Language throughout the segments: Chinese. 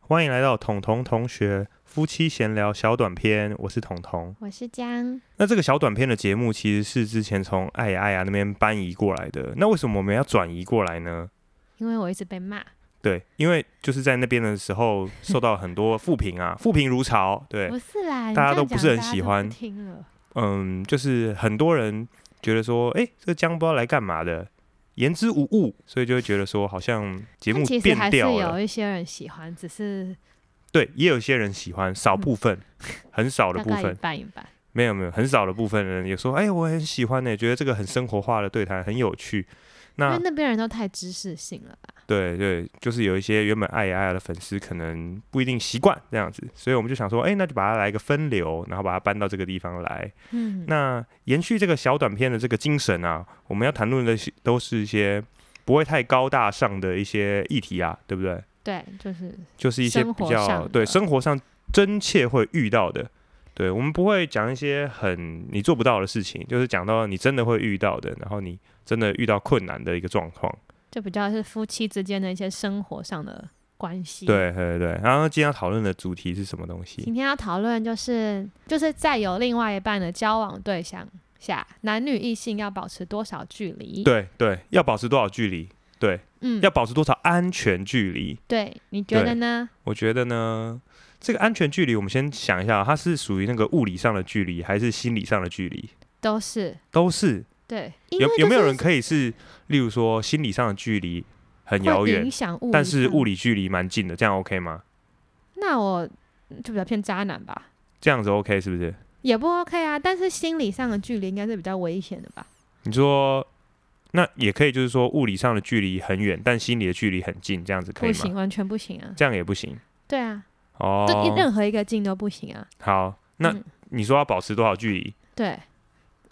欢迎来到彤彤同学夫妻闲聊小短片，我是彤彤。我是江，那这个小短片的节目其实是之前从爱呀爱呀那边搬移过来的，那为什么我们要转移过来呢？因为我一直被骂，对，因为就是在那边的时候受到很多负评 啊，负评如潮。对不，是大家啦，你这样都不是很讲喜大家都欢不听了，嗯，就是很多人觉得说，哎、这个姜不知道来干嘛的，言之无物，所以就会觉得说好像节目但其实变还是调了有。一些人喜欢，只是对，也有些人喜欢，少部 分，很少的大部概一分，半一半。没有没有，很少的部分人也说，哎、我很喜欢呢、觉得这个很生活化的对谈很有趣。因为那那边人都太知识性了吧？对对，就是有一些原本爱呀爱呀的粉丝可能不一定习惯这样子，所以我们就想说，哎、那就把它来一个分流，然后把它搬到这个地方来。嗯，那延续这个小短片的这个精神啊，我们要谈论的是都是一些不会太高大上的一些议题啊，对不对？对，就是就是一些生比活较上的对生活上真切会遇到的。对，我们不会讲一些很你做不到的事情，就是讲到你真的会遇到的，然后你真的遇到困难的一个状况。就比较是夫妻之间的一些生活上的关系。，对对对。然后今天要讨论的主题是什么东西？今天要讨论就是就是在有另外一半的交往对象下，男女异性要保持多少距离？，对对，要保持多少距离？对，嗯要，保持多少安全距离？对，你觉对得呢？我觉得呢，这个安全距离，我们先想一下，它是属于那个物理上的距离，还是心理上的距离？都是都是对，因为有有没有就是人可以是，例如说心理上的距离很会遥影远，响物理上，但是物理距离蛮近的，这样 OK 吗？那我就比较偏渣男吧，这样子 OK 是不是？也不 OK 啊。但是心理上的距离应该是比较危险的吧？你说那也可以，就是说物理上的距离很远，但心理的距离很近，这样子可不以行，吗？完全不行啊。这样也不行对啊，就一哦。任何一个近都不行啊。好，那嗯你说要保持多少距离？对，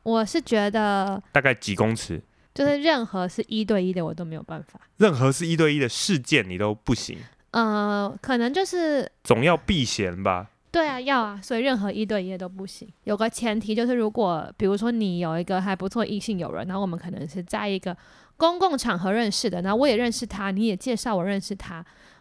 我是觉得大概几公尺？就是任何是一对一的我都没有办法。任何是一对一的事件你都不行，呃，可能就是总要避嫌吧？对啊，要啊，所以任何一对一的都不行。有个前提就是，如果比如说你有一个还不错异性友人，然后我们可能是在一个公共场合认识的，然后我也认识他，你也介绍我认识他，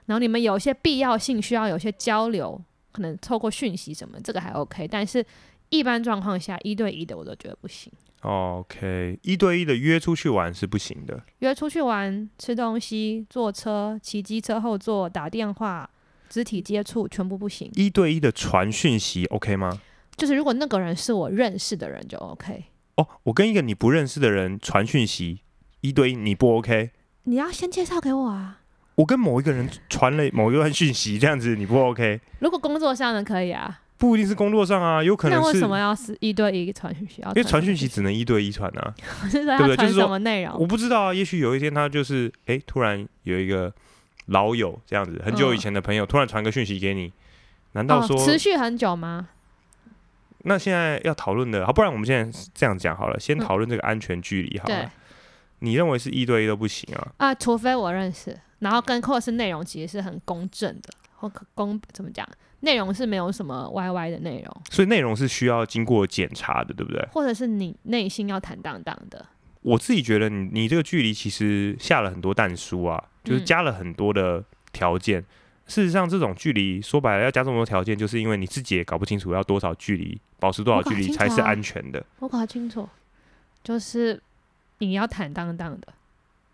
然后你们有一些必要性需要有些交流，可能透过讯息什么，这个还 OK。但是一般状况下，一对一的我都觉得不行。 OK，一对一的约出去玩是不行的。约出去玩、吃东西、坐车、骑机车后座、打电话、肢体接触，全部不行。一对一的传讯息 OK 吗？就是如果那个人是我认识的人，就 OK。哦，我跟一个你不认识的人传讯息，一对一你不 OK？你要先介绍给我啊。我跟某一个人传了某一段讯息，这样子你不 OK？如果工作上的可以啊，不一定是工作上啊，有可能那为是什么要是一对一传讯息？因因为传讯息，只能一对一传啊。 是说对不他对就传是说什么内容？我不知道啊，也许有一天他就是诶，突然有一个老友这样子，很久以嗯前的朋友突然传个讯息给你，难道说、哦、持续很久吗？那现在要讨论的，好，不然我们现在这样讲好了，先嗯讨论这个安全距离好啊了。对你认为是一对一都不行啊？啊，除非我认识，然后跟或者是内容其实是很公正的，或可公怎么讲？内容是没有什么歪歪的内容，所以内容是需要经过检查的，对不对？或者是你内心要坦荡荡的。我自己觉得你你这个距离其实下了很多蛋书啊，就是嗯加了很多的条件。事实上，这种距离说白了要加这么多条件，就是因为你自己也搞不清楚要多少距离，保持多少我搞距离清楚才是啊安全的。我搞清楚，就是你要坦荡荡的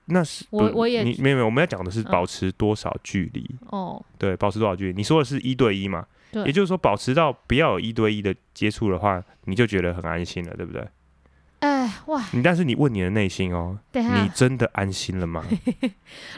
那是我不我也你没有没有，我们要讲的是嗯保持多少距离。哦。对，保持多少距离？你说的是一对一嘛？对也就是说，保持到不要有一对一的接触的话，你就觉得很安心了，对不对？哎哇，你但是你问你的内心哦，等一你下，真的安心了吗？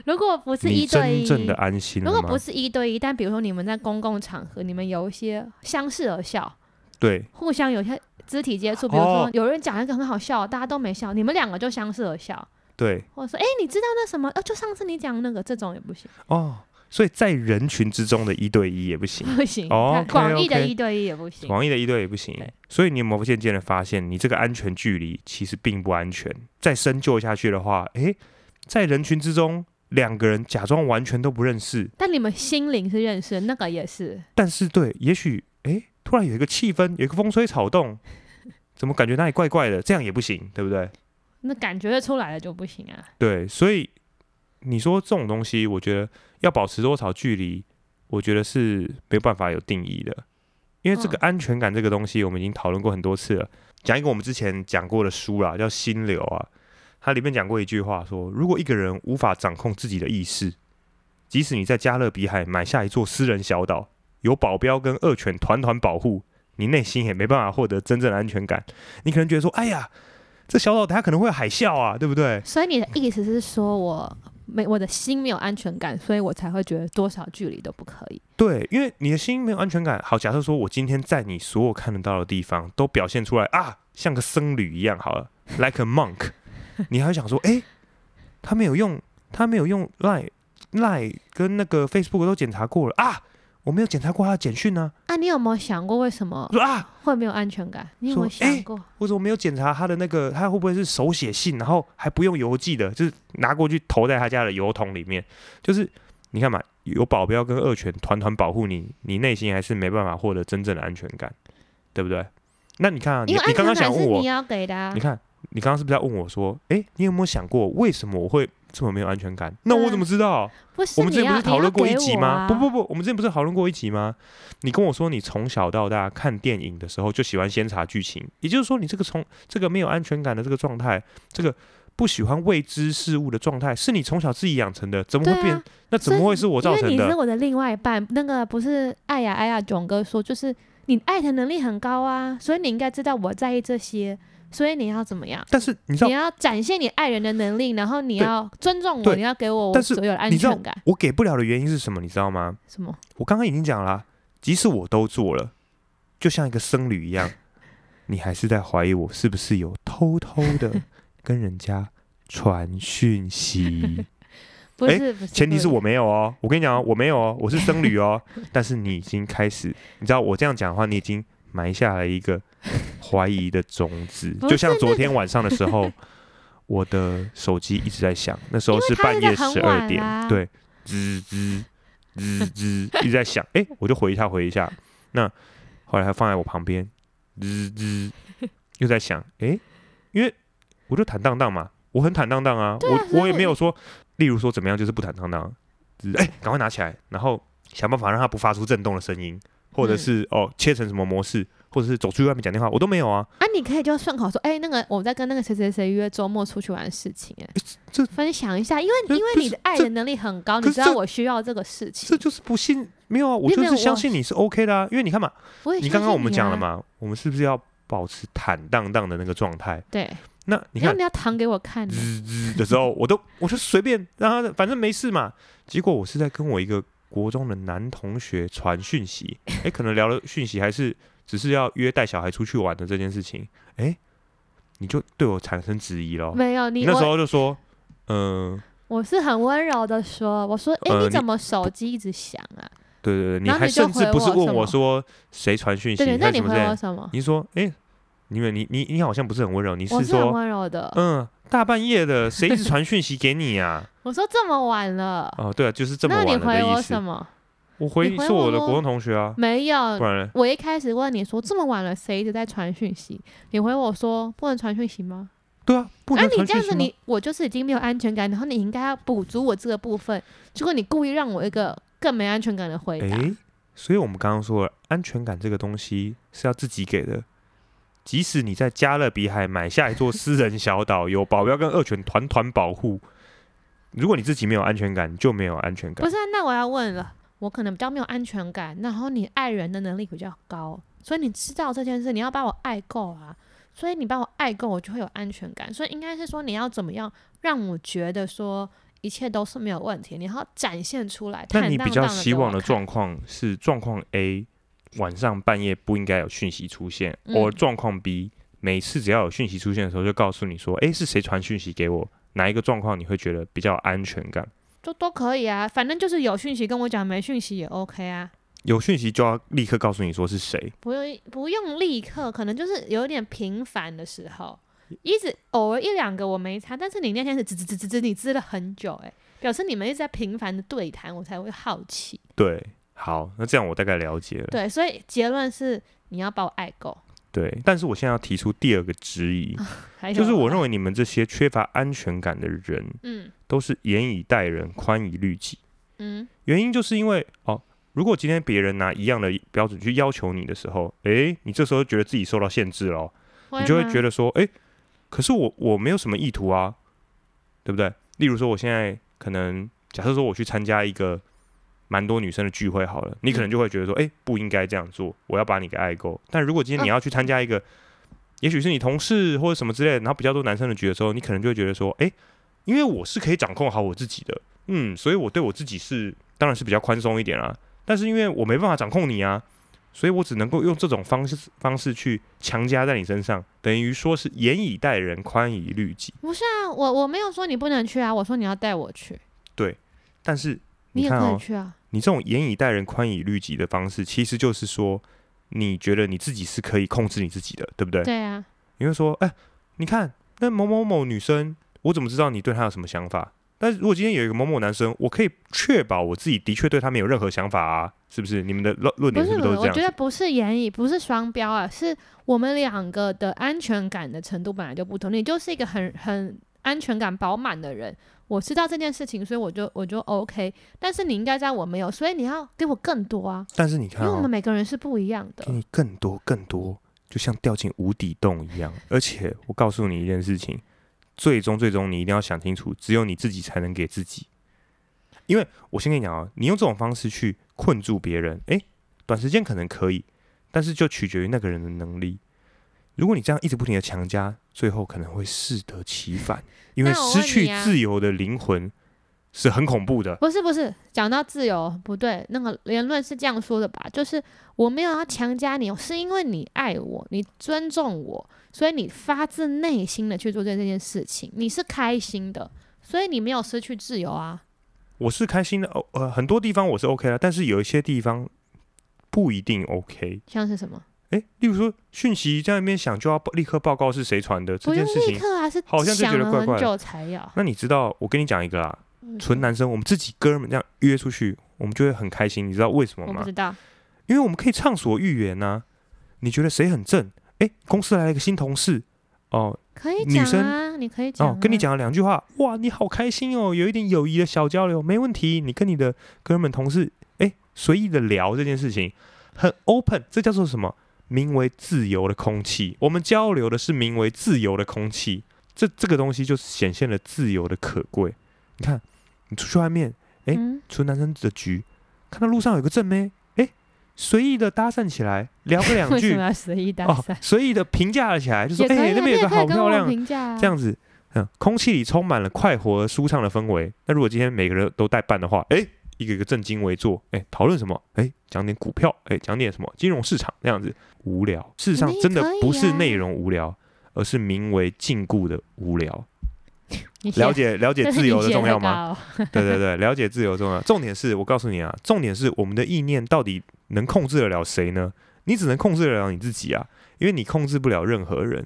如果不啊 是你一对真一，正的安心如了果吗？不是一对一，但比如说你们在公共场合，你们有一些相视而笑，对，互相有些肢体接触，比如说哦有人讲一个很好笑，大家都没笑，你们两个就相视而笑，对，或者说哎、你知道那什么？呃，就上次你讲那个，这种也不行， 哦，所以在人群之中的一对一也不行，不行，哦看 OK，广义 OK 的一对一也不行。广义的一对也不行对。所以你有没有渐渐的发现，你这个安全距离其实并不安全？再深究下去的话，诶，在人群之中，两个人假装完全都不认识，但你们心灵是认识的，那个也是，但是对，也许诶，突然有一个气氛，有一个风吹草动，怎么感觉那里怪怪的？这样也不行，对不对？那感觉得出来的就不行啊。对，所以你说这种东西，我觉得要保持多少距离，我觉得是没有办法有定义的，因为这个嗯安全感这个东西，我们已经讨论过很多次了。讲一个我们之前讲过的书啦，叫《心流》啊，它里面讲过一句话说，如果一个人无法掌控自己的意识，即使你在加勒比海买下一座私人小岛，有保镖跟恶犬团团保护，你内心也没办法获得真正的安全感。你可能觉得说，哎呀，这小岛它可能会有海啸啊，对不对？所以你的意思是说我没我的心没有安全感，所以我才会觉得多少距离都不可以。对，因为你的心没有安全感。好，假设说我今天在你所有看得到的地方都表现出来啊，像个僧侣一样，好了，like a monk，你还会想说，哎、他没有用，他没有用 line line 跟那个 Facebook 都检查过了啊，我没有检查过他的简讯呢、啊，你有没有想过为什么我说啊，会没有安全感？你有没有说哎想过？或者我没有检查他的那个，他会不会是手写信，然后还不用邮寄的，就是拿过去投在他家的邮筒里面。就是你看嘛，有保镖跟恶犬团团保护你，你内心还是没办法获得真正的安全感，对不对？那你看、啊，你因为安你刚全刚想感问是我你，要给的、啊你。看你刚刚是不是在问我说，诶，你有没有想过为什么我会这么没有安全感？那对啊我怎么知道？不是我们之你前不要是讨论过一集吗？不，你要给我不啊不，我们之前不是讨论过一集吗？你跟我说你从小到大看电影的时候就喜欢先查剧情，也就是说你这个从这个没有安全感的这个状态，这个不喜欢未知事物的状态，是你从小自己养成的，怎么对会变？啊，那怎么会是我造因为成你是的？我的另外一半，那个不是艾雅艾雅囧哥说，就是你爱的能力很高啊，所以你应该知道我在意这些，所以你要怎么样？但是你知道你，要展现你爱人的能力，然后你对要尊重我，对你要给我我但是所有的安你知道全感。我给不了的原因是什么？你知道吗？什么？我刚刚已经讲了啊、即使我都做了，就像一个僧侣一样，你还是在怀疑我是不是有偷偷的跟人家传讯息。不哎是，不是前提不是我没有哦，我跟你讲哦，我没有哦，我是僧侣 哦。但是你已经开始，你知道我这样讲的话，你已经埋下了一个怀疑的种子。不是就像昨天晚上的时候， 我的手机一直在响，那时候是半夜因为它一十直很晚啊二点啦，对，吱吱吱吱一直在响，诶，我就回一下回一下。那后来它放在我旁边，吱吱 又在响，诶，因为我就坦荡荡嘛，我很坦荡荡啊，对啊所以我我也我没有说，例如说怎么样就是不坦荡荡，只是哎赶快拿起来，然后想办法让它不发出震动的声音，或者嗯是、哦切成什么模式，或者是走出去外面讲电话，我都没有啊。啊，你可以就顺口说，哎、那个我在跟那个谁谁谁约周末出去玩的事情、哎，这分享一下，因为这因为不是你的爱这的能力很高，你可是知道这我需要这个事情这，就是不信，没有啊，我没有就没有是我相信你是 OK 的啊，因为你看嘛，我也你相刚刚信我们你讲啊了？嘛，我们是不是要保持坦荡荡的那个状态？对，那你然后看你要糖给我看呢，滋滋的时候，我都我就随便让他，反正没事嘛。结果我是在跟我一个国中的男同学传讯息，哎，可能聊了讯息，还是只是要约带小孩出去玩的这件事情，哎，你就对我产生质疑咯。没有你你那时我候就说，嗯、我是很温柔的说，我说，哎、呃你你怎么手机一直响啊？对对对，你然后还你就甚至回不是我什问么我说谁传讯息对对，那还是什你么回之类我的，什么？你说哎，你们你你你好像不是很温柔，你我是很说温柔的，嗯大半夜的谁一直传讯息给你啊？ 我说这么晚了，哦对啊，就是这么那晚你了回的我意思什。么？我回你你回是我我的吗嗯国中同学啊，没有不，然嘞我一开始问你说这么晚了，谁一直在传讯息？你回我说不能传讯息吗？对啊，不啊，能你传这讯样息子吗你我就是已经没有安全感，然后你应该要补足我这个部分，结果你故意让我一个更没安全感的回答。诶所以我们刚刚说了，安全感这个东西是要自己给的。即使你在加勒比海买下一座私人小岛，有保镖跟恶犬团团保护，如果你自己没有安全感，就没有安全感不。是啊、那我要问了，我可能比较没有安全感，然后你爱人的能力比较高，所以你知道这件事，你要把我爱够啊。所以你把我爱够，我就会有安全感。所以应该是说，你要怎么样让我觉得说一切都是没有问题，你要展现出来。那你坦荡比较荡地希给我望的看状况是状况 A，晚上半夜不应该有讯息出现，嗯或状况 B，每次只要有讯息出现的时候，就告诉你说，诶，是谁传讯息给我？哪一个状况你会觉得比较有安全感？就都可以啊，反正就是有讯息跟我讲，没讯息也 OK 啊，有讯息就要立刻告诉你说是谁。不用不用立刻，可能就是有点频繁的时候，一直偶尔一两个我没差，但是你那天是滋滋滋滋滋，你滋了很久、欸，表示你们一直在频繁的对谈，我才会好奇。对，好，那这样我大概了解了。对，所以结论是你要把我爱够，对，但是我现在要提出第二个质疑，还有就是我认为你们这些缺乏安全感的人，嗯都是严以待人，宽以律己。嗯原因就是因为哦，如果今天别人拿一样的标准去要求你的时候，诶，你这时候觉得自己受到限制了哦，你就会觉得得说，诶，可是我我没有什么意图啊，对不对？例如说，我现在可能假设说我去参加一个蛮多女生的聚会好了，你可能就会觉得说，诶，不应该这样做，我要把你给爱够。但如果今天你要去参加一个，也许是你同事或者什么之类的，然后比较多男生的局的时候，你可能就会觉得说，诶，因为我是可以掌控好我自己的，嗯，所以我对我自己是当然是比较宽松一点啦、啊但是因为我没办法掌控你啊，所以我只能够用这种方式方式去强加在你身上，等于说是严以待人，宽以律己。不是啊，我我没有说你不能去啊，我说你要带我去，但是你你也看可以哦，去啊。你这种严以待人、宽以律己的方式，其实就是说，你觉得你自己是可以控制你自己的，对不对？对啊，你会说，哎、你看那某某某女生，我怎么知道你对她有什么想法？但是如果今天有一个某某男生，我可以确保我自己的确对他没有任何想法啊，是不是？你们的论论不点是是不不是都是是，这我样觉子？得不是言语，不是双标啊，是我们两个的安全感的程度本来就不同。你就是一个很很安全感饱满的人，我知道这件事情，所以我就我就 OK。但是你应该在我没有，所以你要给我更多啊，但是你因看、为哦，我们每个人是不一样的给。你更多更多，就像掉进无底洞一样。而且我告诉你一件事情，最终最终你一定要想清楚，只有你自己才能给自己。因为我先跟你讲啊，你用这种方式去困住别人，诶，短时间可能可以，但是就取决于那个人的能力。如果你这样一直不停的强加，最后可能会适得其反，因为那我失问去你啊自由的灵魂是很恐怖的。不是不是，讲到自由不对，那个言论是这样说的吧？就是我没有要强加你，哦是因为你爱我，你尊重我，所以你发自内心的去做这这件事情，你是开心的，所以你没有失去自由啊。我是开心的，哦，呃，很多地方我是 OK 的，但是有一些地方不一定 OK。像是什么？诶，例如说讯息在那边想就要报立刻报告是谁传的这不件用事立情，刻啊，是嗯好像就觉想得了怪怪很的久才要。那你知道，我跟你讲一个啊，嗯纯，男生我们自己哥们这样约出去，我们就会很开心，你知道为什么我不吗知？道。因为我们可以畅所欲言呐、你觉得谁很正？诶，公司来了一个新同事，哦、可以女讲生啊，你可以讲、啊哦，跟你，讲了两句话，哇，你好开心哦，有一点友谊的小交流，没问题。你跟你的哥们同事，哎，随意的聊这件事情，很 open，这叫做什么？名为自由的空气。我们交流的是名为自由的空气，这这个东西就显现了自由的可贵。你看，你出去外面诶嗯，纯男生的局，看到路上有个正妹，哎，随意的搭讪起来，聊个两 为什句么，要随意搭哦讪？，随意的评价了起来，就说也可以啊、哎，那你边有也个可以好跟漂我亮，评价啊，这样子，嗯，空气里充满了快活而舒畅的氛围。那如果今天每个人都代办的话，哎、一个一个正襟危坐，哎、讨论什么？哎、讲点股票，哎、讲点什么金融市场，这样子无聊。事实上你，也真的可以不是啊内容无聊，而是名为禁锢的无聊。你写了解了解 但是自你由的写重太要吗？高对对对，了解自由重要。重点是我告诉你啊，重点是我们的意念到底能控制得了谁呢？你只能控制得了你自己啊，因为你控制不了任何人。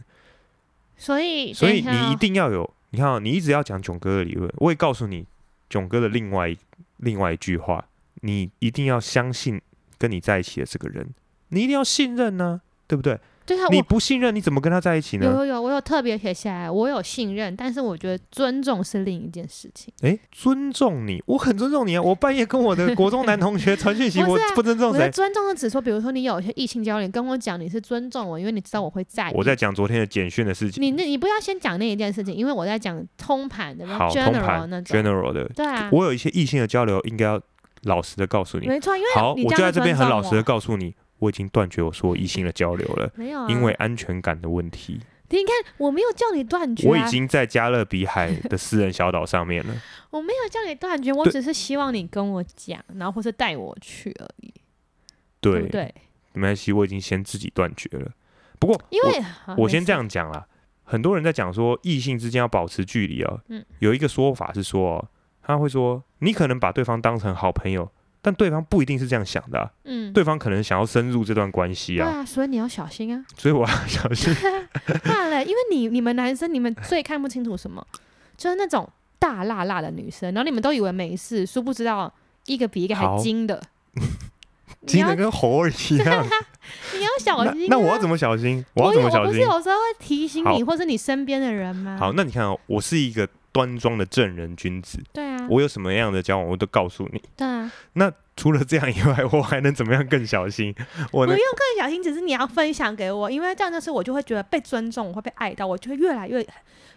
所以所以等下你一哦定要有，你看、哦，你一直要讲囧哥的理论，我也告诉你囧哥的另外一另外一句话，你一定要相信跟你在一起的这个人，你一定要信任呢、对不对？对啊，你我不信任，你怎么跟他在一起有呢？有有，我有特别写下来，我有信任，但是我觉得尊重是另一件事情。诶，尊重你，我很尊重你啊！我半夜跟我的国中男同学传讯息， 不我是啊不尊重我的谁？尊重是指说，比如说你有一些异性交流，你跟我讲你是尊重我，因为你知道我会在意。我在讲昨天的简讯的事情，你那，你不要先讲那一件事情，因为我在讲通盘的好，通 general 盘那种。 general 的，对啊，我有一些异性的交流，应该要老实的告诉你，没错，因为好，你我就在这边很老实的的。告诉你，我已经断绝我所有异性的交流了，没有、啊，因为安全感的问题，你看，我没有叫你断绝、啊，我已经在加勒比海的私人小岛上 面了。我没有叫你断绝，我对只是希望你跟我讲，然后或是带我去而已，对对不，对？没关系，我已经先自己断绝了。不过，因为啊我我先这，样讲啦，很多人在讲说异性之间要保持距离哦。嗯有一个说法是说哦，他会说你可能把对方当成好朋友，但对方不一定是这样想的啊、啊没事嗯，对方可能想要深入这段关系对啊，啊，所以你要小心啊。所以我要小心。 怕嘞，因为你你们男生你们最看不清楚什么，就是那种大辣辣的女生，然后你们都以为没事，殊不知道一个比一个还好 精的。你听要得你跟猴儿一样，要小那心、啊那我要怎么小心？我我要怎么有我小不是心？有时候会提醒你，或是你身边的人吗？好，，那你看、哦，我是一个端庄的正人君子，对啊，啊，我有什么样的交往，我都告诉你。对啊，除了这样以外，我还能怎么样更小心？ 我不能用更小心，只是你要分享给我，因为这样的事我就会觉得被尊重，我会被爱到，我就会越来越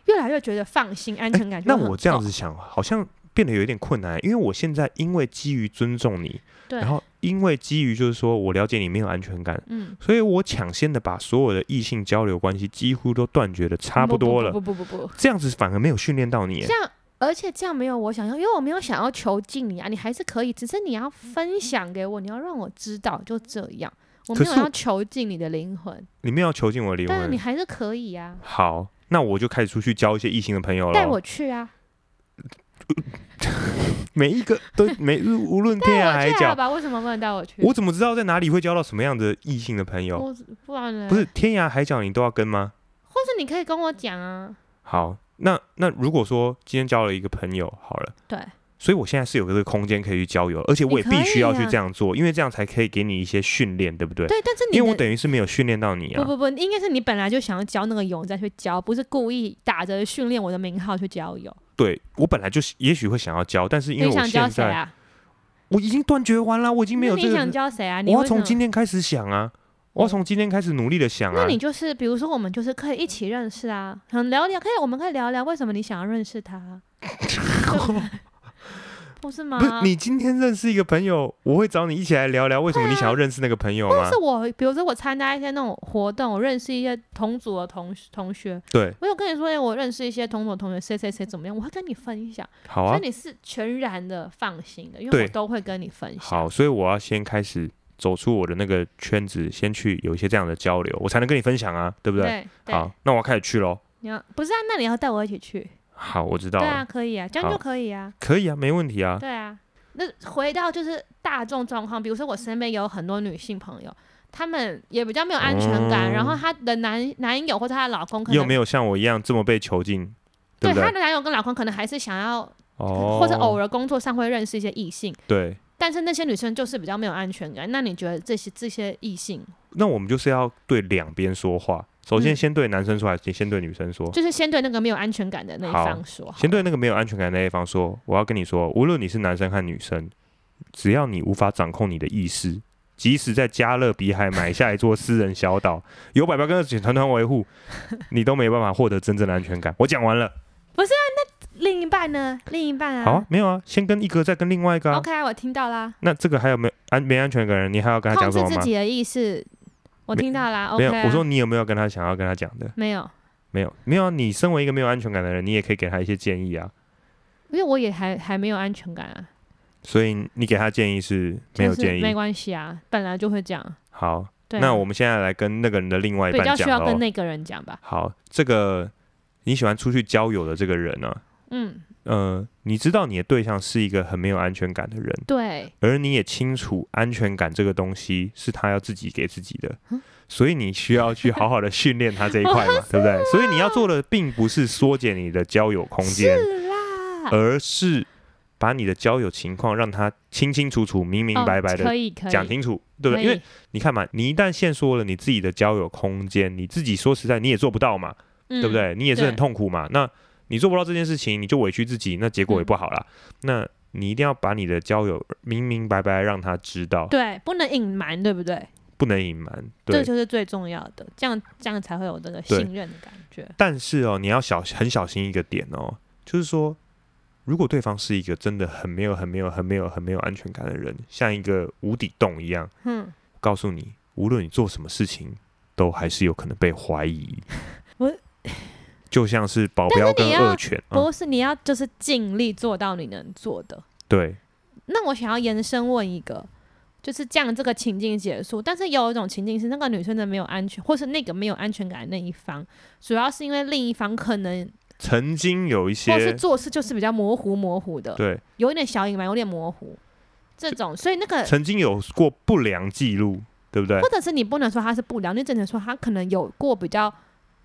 越来越觉得放心、安全感就那会很够。我这样子想，好像变得有一点困难，因为我现在因为基于尊重你，对，然后因为基于就是说我了解你没有安全感，嗯，所以我抢先的把所有的异性交流关系几乎都断绝的差不多了。不不不不不不，这样子反而没有训练到你这耶，样。而且这样没有我想要，因为我没有想要囚禁你啊，你还是可以，只是你要分享给我，你要让我知道，就这样。我没可有是要囚禁你的灵魂，你们要囚禁我的灵但魂你。还是可以啊，好，那我就开始出去交一些异性的朋友带了。我去啊，每一个 都每无论天涯海对啊角，吧？为什么不能带我去？啊我怎么知道在哪里会交到什么样的异性的朋友？我呃不然呢？不是，天涯海角你都要跟吗？或是你可以跟我讲啊，好，那那如果说今天交了一个朋友好了，对，所以我现在是有这个空间可以去交友，而且我也你可以必须要去啊这样做，因为这样才可以给你一些训练，对不对？对，但是你因为我的等于是没有训练到你啊不。不不，应该是你本来就想要教那个友，你再去教，不是故意打着训练我的名号去教友。对我本来就是也许会想要交，但是因为你我想教现谁在、啊？我已经断绝完了，我已经没有那这你个，想教谁啊？你我要为什从么今天开始想啊，我要从今天开始努力的想啊。哦那你就是，比如说，我们就是可以一起认识啊，想聊聊，可以，我们可以聊聊为什么你想要认识他，啊不是 吗？不是你今天认识一个朋友，我会找你一起来聊聊为什么你想要认识那个朋友吗啊哦但是？我，比如说我参加一些那种活动，我认识一些同组的同同学，对，我有跟你说，哎我认识一些同组的同学，谁谁谁怎么样，我会跟你分享，好所啊以，你是全然的放心的，因为对我都会跟你分享。好，所以我要先开始走出我的那个圈子，先去有一些这样的交流，我才能跟你分享啊，对不对？对对，好，那我要开始去喽。你要不是啊？那你要带我一起去？好，我知道对了，啊，可以啊，这样好就可以啊，可以啊，没问题啊。对啊。那回到就是大众状况，比如说我身边有很多女性朋友，她们也比较没有安全感，哦然后她的男男友或者她的老公可你有能没有像我一样这么被囚禁？对不对她？的男友跟老公可能还是想要，哦，或者偶尔工作上会认识一些异性，对。但是那些女生就是比较没有安全感。那你觉得这些这些异性，那我们就是要对两边说话，首先嗯先对男生说，还是先对女生说？就是先对那个没有安全感的那一好方说好，先对那个没有安全感的那一方说：“我要跟你说，无论你是男生和女生，只要你无法掌控你的意识，即使在加勒比海买下一座私人小岛， 由百标跟着团团维 护，你都没办法获得真正的安全感。”我讲完了，另一半呢？另一半啊好啊，没有啊，先跟一个，再跟另外一个、啊。 o k 我听到啦。那这个还有没有安没安全感的人，你还要跟他控讲什制么自吗？己的意思，我没听到啦。没 OK，有，啊我说你有没有跟他想要跟他讲的？没有，没有，没有啊。你身为一个没有安全感的人，你也可以给他一些建议啊。因为我也还还没有安全感啊，所以你给他建议是没就有是建议。没关系啊，本来就会这样。好，对啊、那我们现在来跟那个人的另外一比较半需讲要喽跟。那个人讲吧。好，这个你喜欢出去交友的这个人呢、啊，嗯，呃，你知道你的对象是一个很没有安全感的人，对，而你也清楚安全感这个东西是他要自己给自己的，嗯所以你需要去好好的训练他这一块哦嘛，对不啊对？所以你要做的并不是缩减你的交友空间，是啊啦，而是把你的交友情况让他清清楚楚、明明白白哦、可的以可以讲清楚，对不对？可以因为你看嘛，你一旦限缩了你自己的交友空间，你自己说实在你也做不到嘛，嗯、对不？对？你也是很对痛苦嘛。那你做不到这件事情，你就委屈自己，那结果也不好啦。那你一定要把你的交友明明白白让他知道，对，不能隐瞒，对不对？不能隐瞒。这对，就是最重要的，这样这样才会有这个对信任的感觉。但是哦，你要小很小心一个点哦，就是说，如果对方是一个真的很没有、很没有、很没有、很没有安全感的人，像一个无底洞一样，嗯，告诉你，无论你做什么事情，都还是有可能被怀疑。我就像是保但镖是你跟要恶犬啊、不是你要就是尽力做到你能做的。对，那我想要延伸问一个，就是这样这个情境结束，但是有一种情境是那个女生的没有安全，或是那个没有安全感的那一方，主要是因为另一方可能曾经有一或是些做事就是比较模糊模糊的，对。有一点小隐瞒，有点模糊这种，所以那个曾经有过不良记录，对不对呃或？者是你不能说他是不良，你只能说他可能有过比较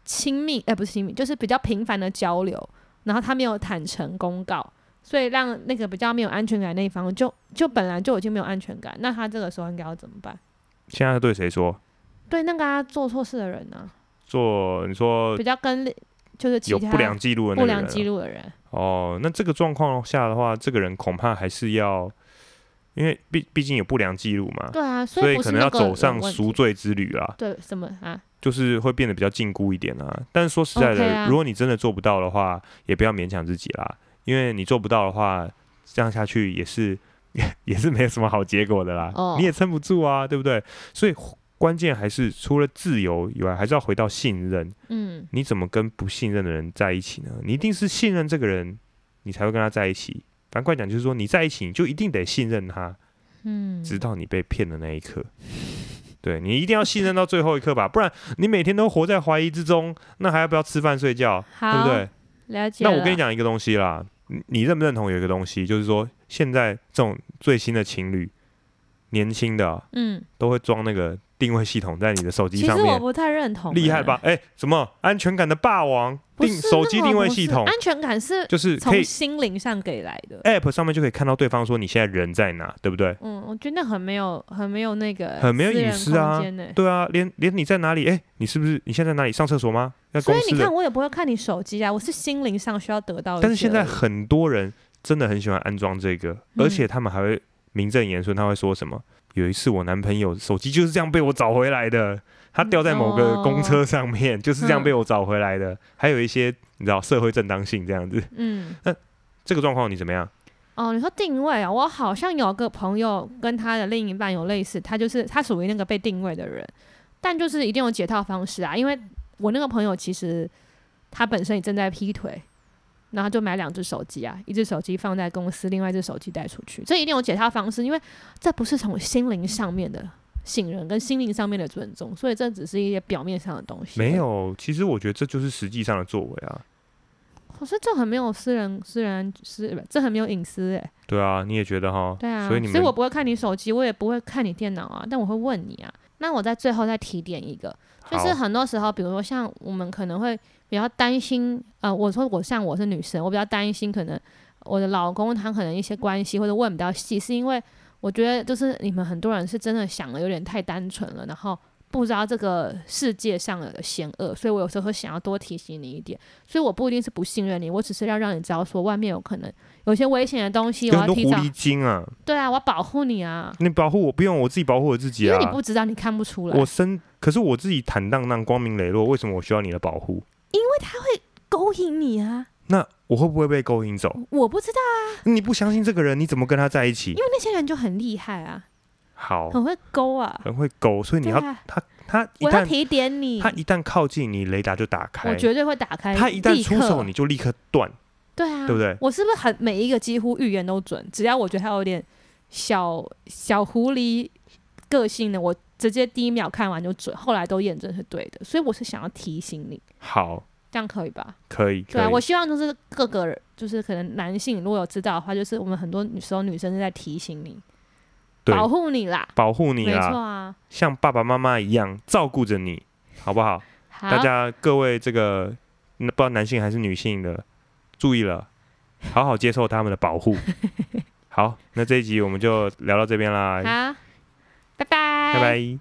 亲密，哎、不是亲密，就是比较频繁的交流，然后他没有坦诚公告，所以让那个比较没有安全感的那一方就就本来就已经没有安全感，那他这个时候应该要怎么办？现在对谁说？对那个他做错事的人呢、啊做你说比较跟就是其有他呃不良记录的那个不人啊、良记录的人，哦，那这个状况下的话，这个人恐怕还是要，因为毕毕竟有不良记录嘛，对啊，所以以不可是能那要个走人上问赎题罪之旅啦，对什么啊？就是会变得比较禁锢一点啦。但是说实在的 OK 啊如果你真的做不到的话，也不要勉强自己啦，因为你做不到的话，这样下去也是 也是没有什么好结果的啦，哦你也撑不住啊，对不对？所以关键还是除了自由以外，还是要回到信任。嗯，你怎么跟不信任的人在一起呢？你一定是信任这个人，你才会跟他在一起。反过来讲，就是说你在一起，你就一定得信任他，嗯，直到你被骗的那一刻。 对你一定要信任到最后一刻吧，不然你每天都活在怀疑之中，那还要不要吃饭睡觉？对好，不对？了解那了。我跟你讲一个东西啦，你你认不认同有一个东西，就是说现在这种最新的情侣，年轻的啊、嗯，都会装那个定位系统在你的手机其上实面我。不太认同，欸厉害吧？？哎、什么安全感的霸王不定是手机那个定位不系是统，安全感是就是可从以哎心灵上给来的。 App 上面就可以看到对方说你现在人在哪，对不对？嗯，我觉得很没有，很没有那个很没有私隐人私啊空间欸对啊，连连你在哪里？哎、你是不是你现在在哪里上厕所吗？在所公以司你看，的。我也不会看你手机啊，我是心灵上需要得到一些而已。但是现在很多人真的很喜欢安装这个，嗯而且他们还会名正言顺，他会说什么？有一次我男朋友手机就是这样被我找回来的，嗯他掉在某个哦公车上面，就是这样被我找回来的。还有一些你知道社会正当性这样子，嗯，这个状况你怎么样？哦，你说定位啊，我好像有个朋友跟他的另一半有类似，他就是他属于那个被定位的人，但就是一定有解套方式啊，因为我那个朋友其实他本身也正在劈腿，然后就买两只手机啊，一只手机放在公司，另外一只手机带出去，这一定有解套方式，因为这不是从心灵上面的信任跟心灵上面的尊重，所以这只是一些表面上的东西。没，有，其实我觉得这就是实际上的作为啊。可是这很没有私人私人私，不这很没有隐私欸诶、对啊，你也觉得哈？对啊，所以你们我不会看你手机，我也不会看你电脑啊，但我会问你啊。那我在最后再提点一个，就是好很多时候，比如说像我们可能会比较担心，呃，我说我像我是女生，我比较担心可能我的老公他可能一些关系或者问比较细，是因为我觉得就是你们很多人是真的想的有点太单纯了，然后不知道这个世界上的险恶，所以我有时候会想要多提醒你一点，所以我不一定是不信任你，我只是要让你知道说外面有可能有些危险的东西，有我很要多提狐早狸精啊，对啊，我要保护你啊，你保护我不用，我自己保护我自己因啊。为你不知道，你看不出来。我身，可是我自己坦荡荡、光明磊落，为什么我需要你的保护？勾引你啊，那我会不会被勾引走？我不知道，你不相信这个人，你怎么跟他在一起因？为那些人就很厉害啊，好，很会勾啊。很会勾，所以哦你对要啊，他一我要旦提点你，他一旦靠近你，雷达就打我开，绝对会打开。他一旦立刻出手，你就立刻断，对啊，对不对？我是不是很每一个几乎预言都准？只要我觉得他有点小小狐狸个性的，我直接第一秒看完就准，后来都验证是对的。所以我是想要提醒你，好，这样可以吧？可以，对可啊，我以，希望就是各个就是可能男性如果有知道的话，就是我们很多女时候女生是在提醒你，对保护你啦，保护你没错啦，啊。像爸爸妈妈一样照顾着你，好不好？好，大家各位这个嗯不知道男性还是女性的，注意了，好好接受他们的保 护。好，那这一集我们就聊到这边啦，好，拜拜，拜拜。